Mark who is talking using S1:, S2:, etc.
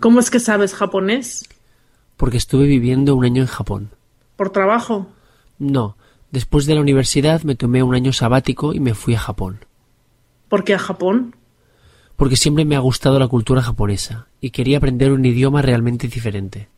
S1: ¿Cómo es que sabes japonés?
S2: Porque estuve viviendo un año en Japón.
S1: ¿Por trabajo?
S2: No, después de la universidad me tomé un año sabático y me fui a Japón.
S1: ¿Por qué a Japón?
S2: Porque siempre me ha gustado la cultura japonesa y quería aprender un idioma realmente diferente.